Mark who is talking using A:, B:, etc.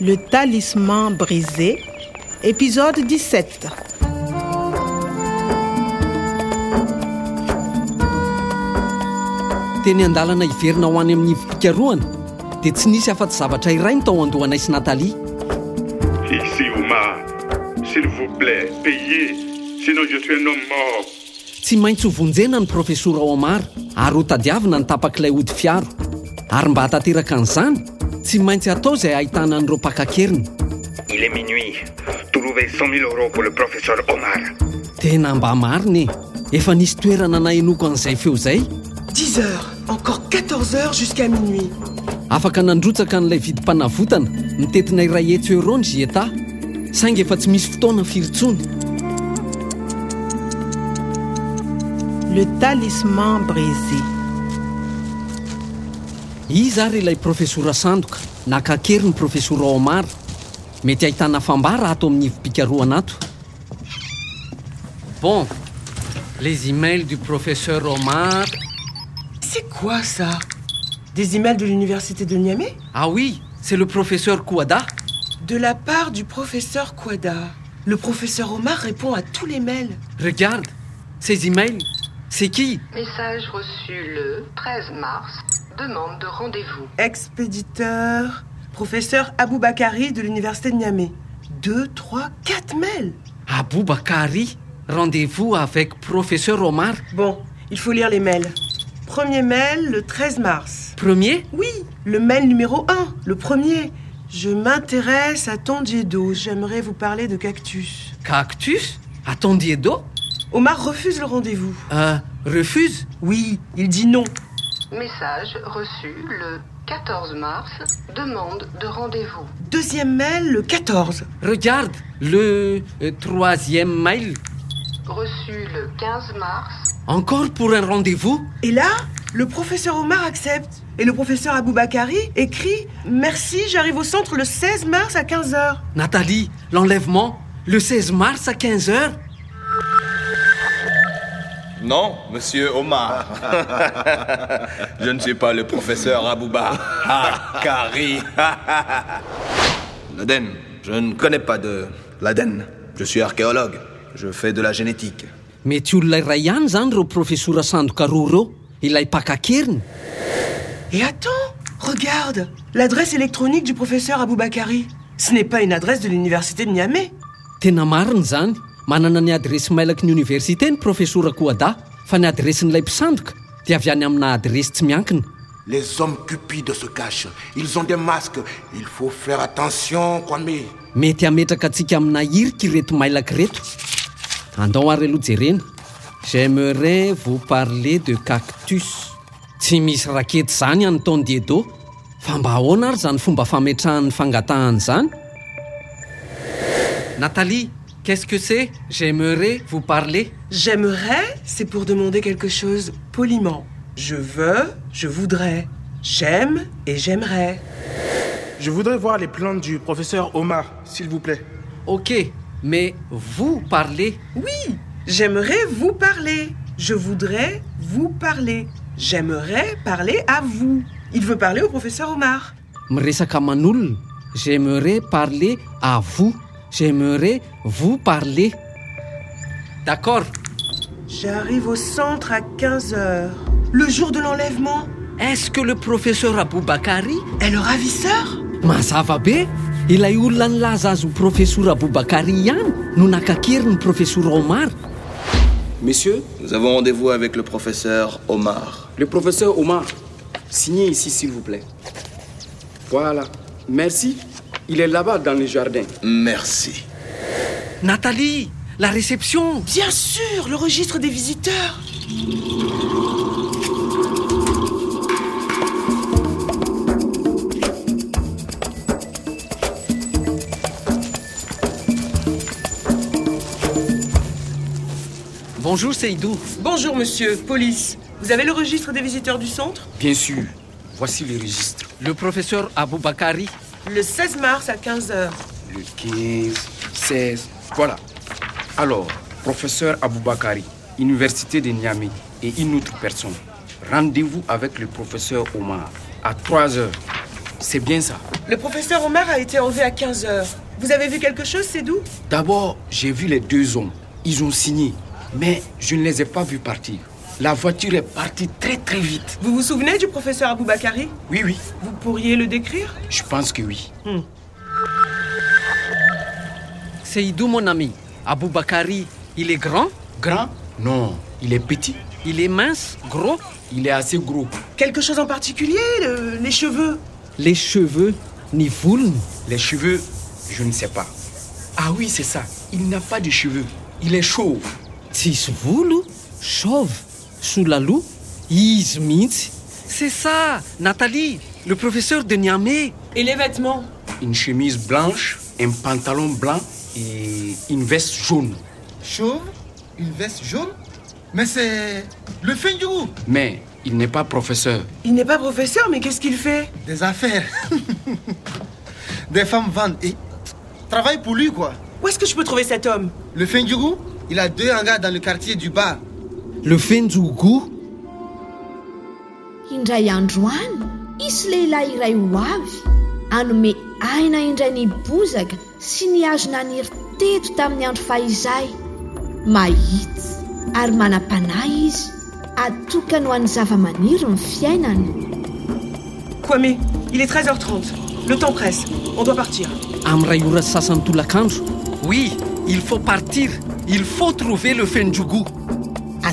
A: Le talisman brisé, épisode 17.
B: teny an-dalana hiverina ho any amin'ny ivopikaroana dia tsy nisy afa-tsy zavatra iray ny tao andohanay sy natalia
C: Ici, Oumar, s'il vous plaît, payez, sinon je suis un homme mort.
B: tsy maintsy ho vonjena ny profesora omara ary ho tadiavina ny tapak'ilay ody fiaro ary mba hatanteraka an'izany tsy maintsy atao izay ahitana an'ireo mpakakeriny
D: Il est minuit. Trouvez 100 000 euros pour le professeur Omar.
B: tena mba marina e efa nisy toerana nahenoko an'izay feo izay
E: 10 heures, encore 14 heures jusqu'à minuit.
B: afaka nandrotsaka n'ilay vidim-panavotana mitetina iray etso euro ny zieta saingy efa tsy misy fotoana firitsony
A: Le talisman brisé.
B: izy ary ilay profesora sandoka nakakery ny profesora omara mety ahitana fambara ato amin'ny ivopikaroana ato bon les emails du professeur omar
E: C'est quoi ça Des emails de l'université de Niamey
B: ah oui c'est le professeur kouada
E: De la part du professeur Kwada. Le professeur Omar répond à tous les mails.
B: regarde ces emails c'est qui
F: Message reçu le 13 mars. Demande de rendez-vous.
E: Expéditeur, professeur Abou Bakari de l'université de Niamey. 2, 3, 4 mails.
B: aboubakary rendez-vous avec professeur omar
E: Bon, il faut lire les mails. Premier mail le 13 mars.
B: premier
E: Oui, le mail numéro 1, le premier. Je m'intéresse à Tondiedo, j'aimerais vous parler de cactus.
B: cactus attendiedo
E: Omar refuse le rendez-vous.
B: euh, refuse
E: Oui, il dit non.
F: Message reçu le 14 mars. Demande de rendez-vous.
E: Deuxième mail le 14.
B: regarde le euh, troisième mail
F: Reçu le 15 mars.
B: Encore pour un rendez-vous
E: Et là, le professeur Omar accepte. Et le professeur Aboubakari écrit Merci, j'arrive au centre le 16 mars à 15h.
B: Nathalie, l'enlèvement, le 16 mars à 15h
G: Non, monsieur Omar. Je ne suis pas le professeur Abouba. Ah, Kari. L'Aden. Je ne connais pas de l'Aden. Je suis archéologue. Je fais de la génétique.
B: Mety olona iray ihany zany reo professora sandoka roa reo ilay mpakakeriny
E: Et attends, regarde L'adresse électronique du professeur Aboubakari. Ce n'est pas une adresse de l'université de Niamey.
B: tena marina zany manana ny adresy mailaky ny oniversite ny professora koada fa ny adresin'ilay mpisandoka dia avy any amina adresy tsy miankina
H: Les hommes cupides se cachent. Ils ont des masques. Il faut faire attention, Kwame.
B: mety hametraka antsika amina irika ireto mailaky reto andao ary aloha jerena j'aimerais vous parler de cactus tsy misy rakety zany any ton diedo fa mba ahoana ary zany fomba fametrahan'ny fangatahana zany Nathalie, qu'est-ce que c'est J'aimerais vous parler.
E: J'aimerais, c'est pour demander quelque chose poliment. Je veux, je voudrais. J'aime et j'aimerais.
I: Je voudrais voir les plans du professeur Omar, s'il vous plaît.
B: Ok, mais vous parlez
E: Oui, j'aimerais vous parler. Je voudrais vous parler. J'aimerais parler à vous. Il veut parler au professeur Omar.
B: miresaka man'olona j'aimerais parler à vous j'aimerais vous parler d'accord
E: J'arrive au centre à 15h. Le jour de l'enlèvement
B: est-ce que le professeur aboubakary
E: est le ravisseur
B: mazava be ilay olona nilaza azy ho profesora abobakary ihany no nakakery ny profesora omara
J: Monsieur,
G: Nous avons rendez-vous avec le professeur Omar.
J: le professeur Omar, signez ici s'il vous plaît. Voilà, merci. Il est là-bas dans le jardin.
G: Merci.
B: nathalie la réception
E: Bien sûr, le registre des visiteurs.
B: bonjour seydou
E: Bonjour monsieur, police. Vous avez le registre des visiteurs du centre
J: Bien sûr, voici le registre.
B: le professeur aboubakary
E: Le 16 mars à 15h.
J: Le 15, 16, voilà. Alors, professeur Aboubakari, Université de Niamey et une autre personne. Rendez-vous avec le professeur Omar à 3 heures. C'est bien ça.
E: Le professeur Omar a été enlevé à 15h. Vous avez vu quelque chose, Sédou
J: D'abord, j'ai vu les deux hommes. Ils ont signé, mais je ne les ai pas vus partir. La voiture est partie très très vite.
E: Vous vous souvenez du professeur Aboubakari
J: Oui, oui,
E: Vous pourriez le décrire
J: je pense que oui.
B: Seydou, mon ami, Aboubakari, il est grand,
J: Grand Non, il est petit.
B: il est mince, gros.
J: Il est assez gros.
E: Quelque chose en particulier le- Les cheveux
B: Les cheveux, ni foule.
J: Les cheveux, je ne sais pas. Ah oui, c'est ça. Il n'a pas de cheveux. Il est chauve.
B: Tis voulu, chauve, sous la loupe, ismit. C'est ça, Nathalie, le professeur de Niamey.
E: Et les vêtements
J: Une chemise blanche, un pantalon blanc et une veste jaune.
K: Chauve, une veste jaune. Mais c'est le fin du groupe
J: Mais il n'est pas professeur.
E: Il n'est pas professeur, mais qu'est-ce qu'il fait
K: des affaires. des femmes vendent et travaillent pour lui, quoi.
E: Où est-ce que je peux trouver cet homme
K: Le fin du groupe, il a deux hangars dans le quartier du bar.
B: Le Fendjougou,
L: indray andro any isy lehilahy iray ho avy anome aina indray ny bozaka sy ny hazo naniry teto tamin'ny andro fahizay mahitsy ary manam-panahy izy atokany ho an'ny zava-maniry ny fiainany
E: Kwame, il est 13h30. Le temps presse. On doit partir.
B: Amray ora sasany tolakandro. Oui, il faut partir. Il faut trouver le Fendjougou.
A: À